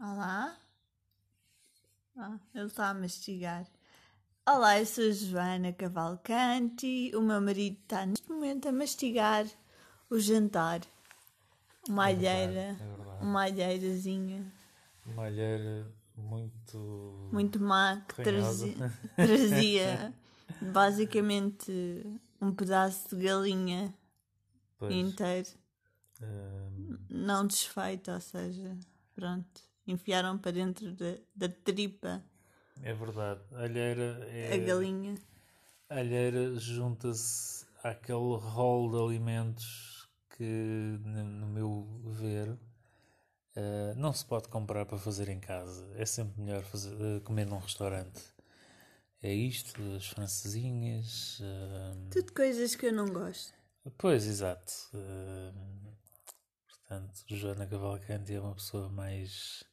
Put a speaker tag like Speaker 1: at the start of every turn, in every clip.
Speaker 1: Olá. Ah, ele está a mastigar. Olá, eu sou a Joana Cavalcanti. O meu marido está neste momento a mastigar o jantar. Uma
Speaker 2: É verdade,
Speaker 1: alheira.
Speaker 2: é verdade.
Speaker 1: Uma alheirazinha.
Speaker 2: Uma alheira muito.
Speaker 1: Muito má que
Speaker 2: Ranhosa.
Speaker 1: trazia, trazia basicamente um pedaço de galinha
Speaker 2: pois,
Speaker 1: inteiro.
Speaker 2: hum,
Speaker 1: Não desfeito, ou seja, pronto. Enfiaram para dentro da, da tripa
Speaker 2: é verdade. A alheira é.
Speaker 1: a galinha.
Speaker 2: a alheira junta-se àquele rol de alimentos que, no, no meu ver, eh, não se pode comprar para fazer em casa. É sempre melhor fazer, eh, comer num restaurante. É isto, as francesinhas. hum,
Speaker 1: Tudo coisas que eu não gosto.
Speaker 2: Pois, exato. Hum, portanto, Joana Cavalcanti é uma pessoa mais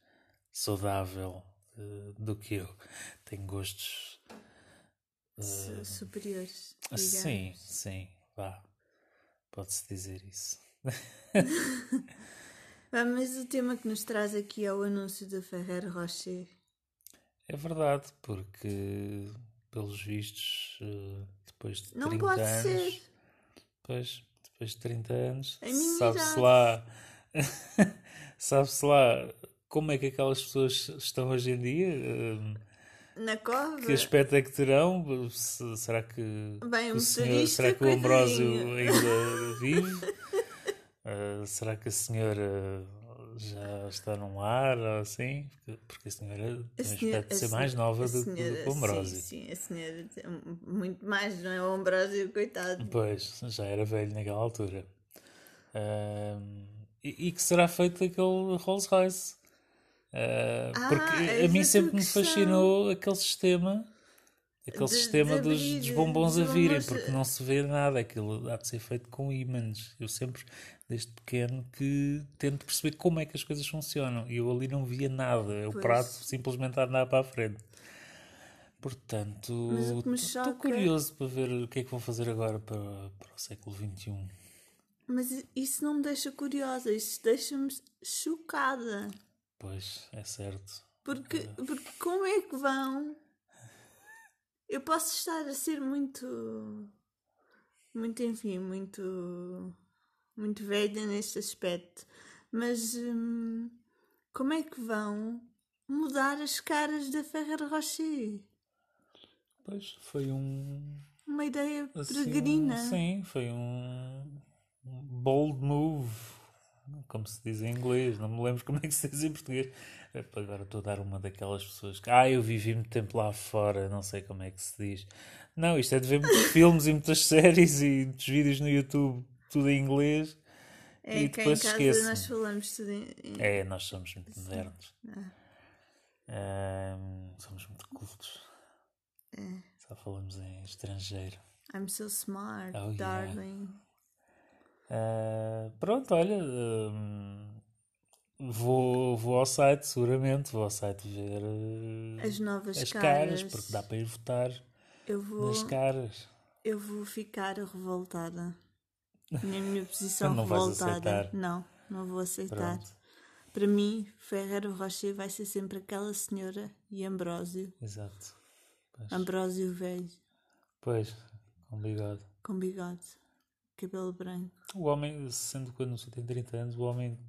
Speaker 2: saudável eh, do que eu. Tem gostos. ah,
Speaker 1: Su- superiores. digamos.
Speaker 2: Eh, Sim, sim, vá. Pode-se dizer isso.
Speaker 1: Ah, mas o tema que nos traz aqui é o anúncio da Ferrer Rocher.
Speaker 2: É verdade, porque, pelos vistos, eh, depois de
Speaker 1: Não
Speaker 2: 30
Speaker 1: pode
Speaker 2: anos.
Speaker 1: ser.
Speaker 2: Pois, depois de 30 anos,
Speaker 1: A minha
Speaker 2: sabe-se
Speaker 1: idade.
Speaker 2: lá. sabe-se lá como é que aquelas pessoas estão hoje em dia. hum,
Speaker 1: Na cova?
Speaker 2: Que aspecto é que terão? Se- será que
Speaker 1: Bem, um
Speaker 2: o senhor,
Speaker 1: motorista,
Speaker 2: será que o Ambrósio
Speaker 1: coitadinho.
Speaker 2: ainda vive? Ah, será que a senhora já está num lar ou assim? Porque- Porque a senhora tem um aspecto de ser mais nova
Speaker 1: a
Speaker 2: do que o-
Speaker 1: senhora-
Speaker 2: que o Ambrósio.
Speaker 1: Sim, sim, a senhora tem mu- muito mais, não é? O Ambrósio,
Speaker 2: Um
Speaker 1: coitado.
Speaker 2: Pois, já era velho naquela altura. Ahm, e, e que será feito daquele Rolls Royce? Ah,
Speaker 1: Ah,
Speaker 2: porque
Speaker 1: eis
Speaker 2: a
Speaker 1: a
Speaker 2: mim
Speaker 1: tua
Speaker 2: sempre me
Speaker 1: questão.
Speaker 2: fascinou aquele sistema, aquele
Speaker 1: De-
Speaker 2: sistema
Speaker 1: de
Speaker 2: dos,
Speaker 1: abrir,
Speaker 2: dos bombons a
Speaker 1: dos
Speaker 2: virem,
Speaker 1: bombons,
Speaker 2: porque
Speaker 1: eh.
Speaker 2: não se vê nada, aquilo há de ser feito com ímãs. Eu sempre, desde pequeno, que tento perceber como é que as coisas funcionam. E eu ali não via nada, é o
Speaker 1: Pois.
Speaker 2: prato simplesmente a andar para a frente. Portanto,
Speaker 1: Mas o que me
Speaker 2: estou
Speaker 1: choca-
Speaker 2: curioso para ver o que é que vão fazer agora para, para o século um. XXI.
Speaker 1: Mas i- isso não me deixa curiosa, isso deixa-me chocada.
Speaker 2: Pois, é certo.
Speaker 1: Porque, porque como é que vão? Eu posso estar a ser muito. Muito, enfim, muito. Muito velha neste aspecto. Mas hum, como é que vão mudar as caras da Ferrer Rocher?
Speaker 2: Pois, foi um.
Speaker 1: Uma ideia
Speaker 2: assim,
Speaker 1: peregrina.
Speaker 2: Sim, foi um. um Bold move. Como se diz em inglês, não me lembro como é que se diz em português. Epá, Agora estou a dar uma daquelas pessoas que. Ah, eu vivi muito tempo lá fora, não sei como é que se diz. Não, isto é de ver muitos filmes e muitas séries e muitos vídeos no YouTube, tudo em inglês.
Speaker 1: é
Speaker 2: e
Speaker 1: que em
Speaker 2: depois
Speaker 1: casa
Speaker 2: esqueço-me.
Speaker 1: nós falamos tudo em. em-
Speaker 2: É, nós somos muito modernos.
Speaker 1: É.
Speaker 2: Ahm, somos muito cultos.
Speaker 1: É.
Speaker 2: Só falamos em estrangeiro.
Speaker 1: I'm so smart,
Speaker 2: É. Oh, yeah.
Speaker 1: darling.
Speaker 2: Ah, pronto, olha. hum, vou, vou ao site, seguramente. Vou ao site ver eh,
Speaker 1: As novas
Speaker 2: as
Speaker 1: caras.
Speaker 2: caras, porque dá para ir votar
Speaker 1: Eu vou.
Speaker 2: nas caras.
Speaker 1: Eu vou ficar revoltada. Na minha posição
Speaker 2: Não vais
Speaker 1: revoltada.
Speaker 2: aceitar.
Speaker 1: Não, não vou aceitar.
Speaker 2: Pronto,
Speaker 1: Para mim, Ferreira Rocher vai ser sempre aquela senhora e Ambrósio.
Speaker 2: exato.
Speaker 1: Ambrósio velho,
Speaker 2: Pois, com bigode.
Speaker 1: com bigode, cabelo branco.
Speaker 2: O homem, sendo que quando se tem 30 anos, o homem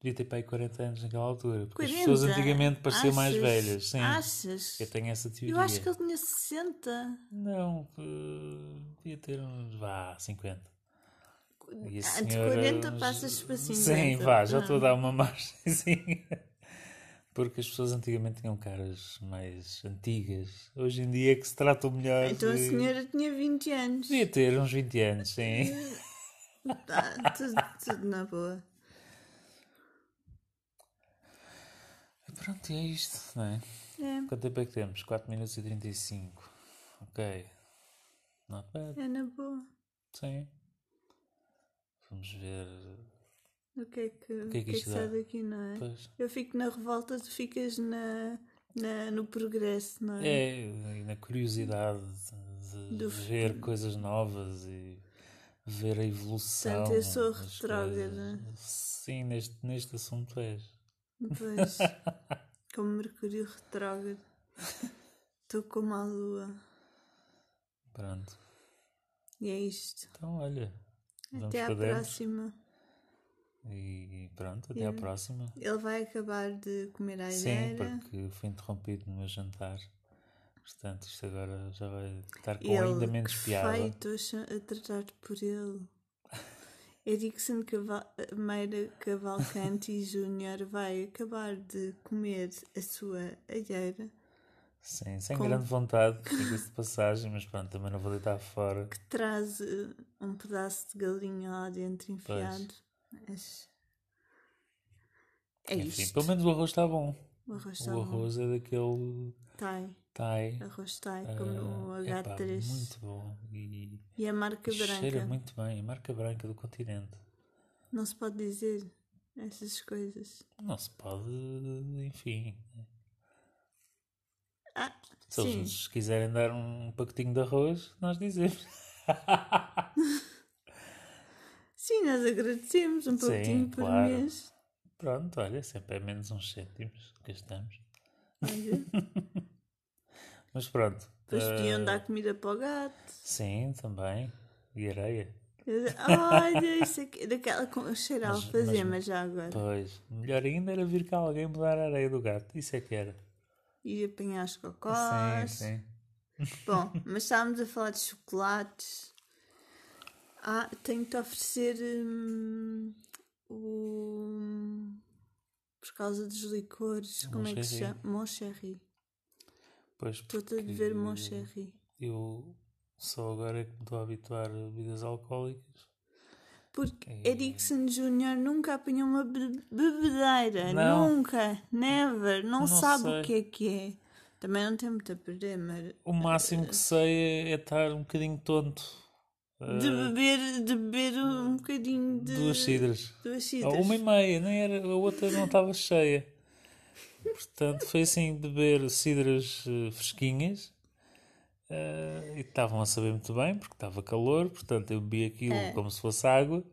Speaker 2: devia ter para aí 40 anos naquela altura. Porque as pessoas
Speaker 1: 40?
Speaker 2: antigamente pareciam mais
Speaker 1: Achas?
Speaker 2: velhas. Sim,
Speaker 1: Achas?
Speaker 2: eu tenho essa teoria.
Speaker 1: Eu acho que ele tinha 60.
Speaker 2: Não, eh, devia ter uns, vá, 50. E a
Speaker 1: Ah, De 40 passas para 50.
Speaker 2: Sim, vá, já estou a
Speaker 1: pronto.
Speaker 2: dar uma margenzinha. Porque as pessoas antigamente tinham caras mais antigas. Hoje em dia é que se tratam melhor
Speaker 1: Então a
Speaker 2: de-
Speaker 1: senhora É. tinha 20 anos.
Speaker 2: Devia ter uns 20 anos, sim.
Speaker 1: Tá, tudo, tudo na boa.
Speaker 2: E Pronto, e é isto, não é?
Speaker 1: É,
Speaker 2: Quanto tempo é que temos? 4 minutos e 35. Ok. Not bad.
Speaker 1: é na boa.
Speaker 2: Sim. Vamos ver.
Speaker 1: O que é que, o
Speaker 2: que é que
Speaker 1: que é
Speaker 2: isto
Speaker 1: que sai
Speaker 2: dá?
Speaker 1: daqui, não é?
Speaker 2: Pois.
Speaker 1: Eu fico na revolta, tu ficas na, na- no progresso, não é?
Speaker 2: É, e na curiosidade de
Speaker 1: Do
Speaker 2: ver coisas novas e ver a evolução.
Speaker 1: Portanto, eu sou
Speaker 2: das
Speaker 1: retrógrada.
Speaker 2: coisas. Sim, neste, neste assunto és.
Speaker 1: Pois, como Mercúrio retrógrado, estou como a Lua.
Speaker 2: Pronto.
Speaker 1: E é isto.
Speaker 2: Então, olha. vamos
Speaker 1: Até à
Speaker 2: para dentro
Speaker 1: próxima.
Speaker 2: E pronto, até à
Speaker 1: Yeah.
Speaker 2: próxima.
Speaker 1: Ele vai acabar de comer a
Speaker 2: Sim,
Speaker 1: alheira.
Speaker 2: porque fui interrompido no meu jantar. Portanto, isto agora já vai estar com
Speaker 1: ele,
Speaker 2: ainda menos
Speaker 1: que
Speaker 2: piada.
Speaker 1: feio, estou a cha- a tratar por ele. Erickson Caval Meira Cavalcanti Júnior vai acabar de comer a sua alheira
Speaker 2: Sim, sem
Speaker 1: Como?
Speaker 2: grande vontade, diga-se de passagem, mas pronto, também não vou deitar fora.
Speaker 1: que traz eh, um pedaço de galinha lá dentro enfiado. Mas... É
Speaker 2: Enfim,
Speaker 1: isto.
Speaker 2: pelo menos o arroz está bom.
Speaker 1: O arroz
Speaker 2: o
Speaker 1: está
Speaker 2: arroz é daquele
Speaker 1: Thai.
Speaker 2: Thai.
Speaker 1: Arroz Thai
Speaker 2: ah,
Speaker 1: como o
Speaker 2: epá,
Speaker 1: H3.
Speaker 2: muito bom. E
Speaker 1: E a marca
Speaker 2: cheira
Speaker 1: branca.
Speaker 2: muito bem. A marca branca do continente.
Speaker 1: Não se pode dizer essas coisas.
Speaker 2: Não se pode, enfim.
Speaker 1: Ah,
Speaker 2: Se
Speaker 1: sim.
Speaker 2: eles nos quiserem dar um pacotinho de arroz, nós dizemos.
Speaker 1: Sim, nós agradecemos um
Speaker 2: Sim,
Speaker 1: pouquinho por
Speaker 2: claro.
Speaker 1: mês.
Speaker 2: Pronto, olha, sempre é menos uns cêntimos que gastamos.
Speaker 1: Olha,
Speaker 2: Mas pronto.
Speaker 1: depois
Speaker 2: ah,
Speaker 1: podiam dar comida para o gato.
Speaker 2: Sim, também. E areia.
Speaker 1: Olha, isso aqui, daquela com cheiro a
Speaker 2: Mas-
Speaker 1: alfazema já agora.
Speaker 2: Pois, melhor ainda era vir cá alguém mudar a areia do gato. Isso é que era.
Speaker 1: E apanhar os cocós.
Speaker 2: Sim, sim.
Speaker 1: Bom, mas estávamos a falar de chocolates. Ah, tenho-te a oferecer hum, o. Por causa dos licores,
Speaker 2: O
Speaker 1: como é que se
Speaker 2: Moncherry.
Speaker 1: chama? Moncherry.
Speaker 2: Pois
Speaker 1: Estou-te a
Speaker 2: porque
Speaker 1: dever Moncherry.
Speaker 2: Eu só agora é que me estou a habituar a bebidas alcoólicas.
Speaker 1: Porque
Speaker 2: É.
Speaker 1: Erickson Jr. nunca apanhou uma be- bebedeira.
Speaker 2: Não.
Speaker 1: Nunca. Never. Não,
Speaker 2: Não
Speaker 1: sabe
Speaker 2: sei.
Speaker 1: o que é que é. Também não tem muito a perder, mas.
Speaker 2: O máximo que sei é, é estar um bocadinho tonto. Ah,
Speaker 1: De beber, de beber um bocadinho de.
Speaker 2: hum, Duas cidras.
Speaker 1: Duas
Speaker 2: Ou
Speaker 1: cidras.
Speaker 2: uma e meia, nem era, a outra não estava cheia. Portanto, foi assim beber cidras eh, fresquinhas. ah, e estavam a saber muito bem, porque estava calor, portanto eu bebi aquilo
Speaker 1: É.
Speaker 2: como se fosse água.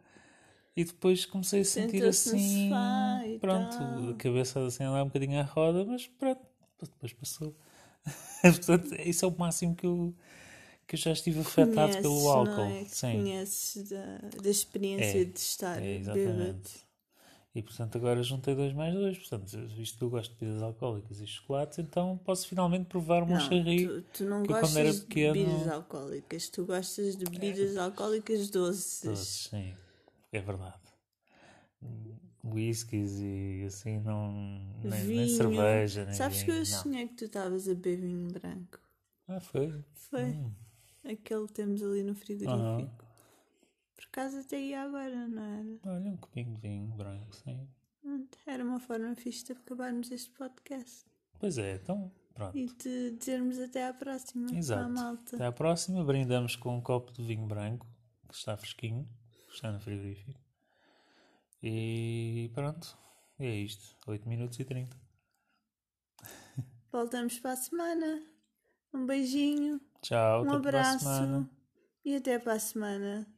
Speaker 2: E depois comecei a sentir
Speaker 1: Sentou-se no
Speaker 2: assim.
Speaker 1: sofá e
Speaker 2: Pronto,
Speaker 1: tal.
Speaker 2: a cabeça assim a andar um bocadinho à roda, mas pronto, depois passou. portanto, isso é o máximo que eu, que eu já estive afetado
Speaker 1: Conheces,
Speaker 2: pelo
Speaker 1: não
Speaker 2: álcool.
Speaker 1: é? Que
Speaker 2: Sim.
Speaker 1: Conheces da, da experiência
Speaker 2: É,
Speaker 1: de estar
Speaker 2: É,
Speaker 1: bêbado.
Speaker 2: exatamente. E portanto agora juntei dois mais dois. Portanto, visto que eu gosto de bebidas alcoólicas e chocolates, então posso finalmente provar um
Speaker 1: Não,
Speaker 2: charri.
Speaker 1: tu, tu não
Speaker 2: que eu quando era
Speaker 1: gostas
Speaker 2: pequeno-
Speaker 1: de bebidas alcoólicas, tu gostas de bebidas alcoólicas doces.
Speaker 2: Doces, sim. É verdade. Hum, Whiskies e assim não. Nem,
Speaker 1: vinho.
Speaker 2: nem cerveja, nem
Speaker 1: Sabes que
Speaker 2: vinho,
Speaker 1: eu
Speaker 2: não.
Speaker 1: sonhei que tu estavas a beber vinho branco.
Speaker 2: Ah, foi.
Speaker 1: Foi aquele que temos ali no frigorífico.
Speaker 2: Hum. Aham.
Speaker 1: Por acaso até ia agora, não era?
Speaker 2: Olha, um copinho de vinho branco, sim.
Speaker 1: Pronto, Era uma forma fixe de acabarmos este podcast
Speaker 2: Pois é, então, pronto.
Speaker 1: e de dizermos até à próxima. À
Speaker 2: Exato.
Speaker 1: malta.
Speaker 2: Até à próxima. Brindamos com um copo de vinho branco, que está fresquinho, que está no frigorífico. E pronto. E é isto. 8 minutos e 30.
Speaker 1: Voltamos para a semana. Um beijinho,
Speaker 2: Tchau.
Speaker 1: um
Speaker 2: até para a
Speaker 1: abraço
Speaker 2: semana.
Speaker 1: e até para a semana.